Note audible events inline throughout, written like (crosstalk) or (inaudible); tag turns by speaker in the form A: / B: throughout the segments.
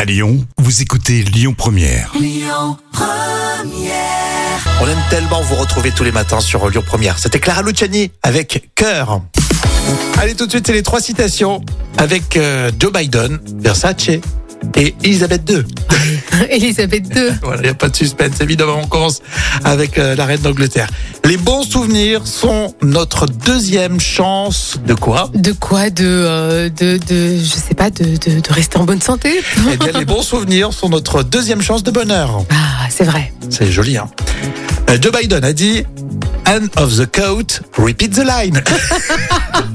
A: À Lyon, vous écoutez Lyon Première.
B: On aime tellement vous retrouver tous les matins sur Lyon Première. C'était Clara Luciani avec Cœur. Allez tout de suite, c'est les trois citations avec euh, Joe Biden, Versace et Elisabeth II.
C: (laughs) Elisabeth II.
B: Voilà, il n'y a pas de suspense. Évidemment, on commence avec euh, la reine d'Angleterre. Les bons souvenirs sont notre deuxième chance de quoi
C: De quoi de, euh, de, de, je sais pas, de, de, de rester en bonne santé
B: Eh bien, les bons souvenirs sont notre deuxième chance de bonheur.
C: Ah, c'est (laughs) vrai.
B: C'est joli, hein Euh, Joe Biden a dit Hand of the coat, repeat the line. (laughs)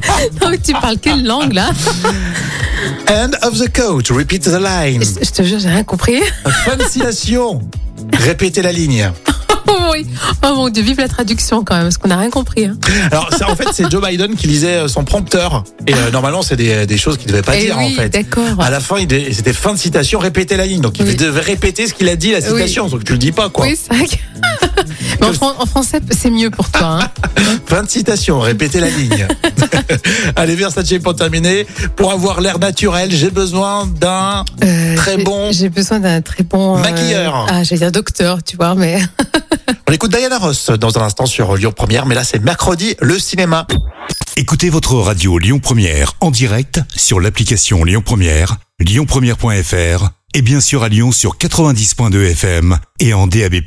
C: Non, mais Ah tu parles quelle langue, là
B: Hand of the coat, repeat the line.
C: je, je te jure, j'ai rien compris.
B: Fancy nation. Répétez la ligne.
C: (laughs) Oh oui. Oh mon Dieu, vive la traduction, quand même, parce qu'on n'a rien compris. hein.
B: Alors, ça, en fait, c'est Joe Biden qui lisait euh, son prompteur. Et euh, normalement, c'est des, des choses qu'il ne devait pas
C: Eh
B: dire, en
C: oui,
B: fait.
C: d'accord.
B: À la fin, il dé- c'était fin de citation, répétez la ligne. Donc, il
C: Oui.
B: devait répéter ce qu'il a dit, la citation. Donc, tu le dis pas, quoi.
C: Oui, c'est vrai. que- (laughs) Mais en, fran- en français, c'est mieux pour toi. hein.
B: Fin de citation, répétez la
C: (laughs)
B: ligne. Allez, Versace, pour terminer. Pour avoir l'air naturel, j'ai besoin d'un...
C: Euh,
B: Très
C: j'ai-
B: bon.
C: J'ai besoin d'un très bon. euh,
B: Maquilleur.
C: Ah, j'allais dire docteur, tu vois, mais.
B: On écoute Diana Ross dans un instant sur Lyon Première. Mais là, c'est mercredi, le cinéma.
A: Écoutez votre radio Lyon Première en direct sur l'application Lyon Première, lyonpremière.fr et bien sûr à Lyon sur 90.2 FM et en DAB+.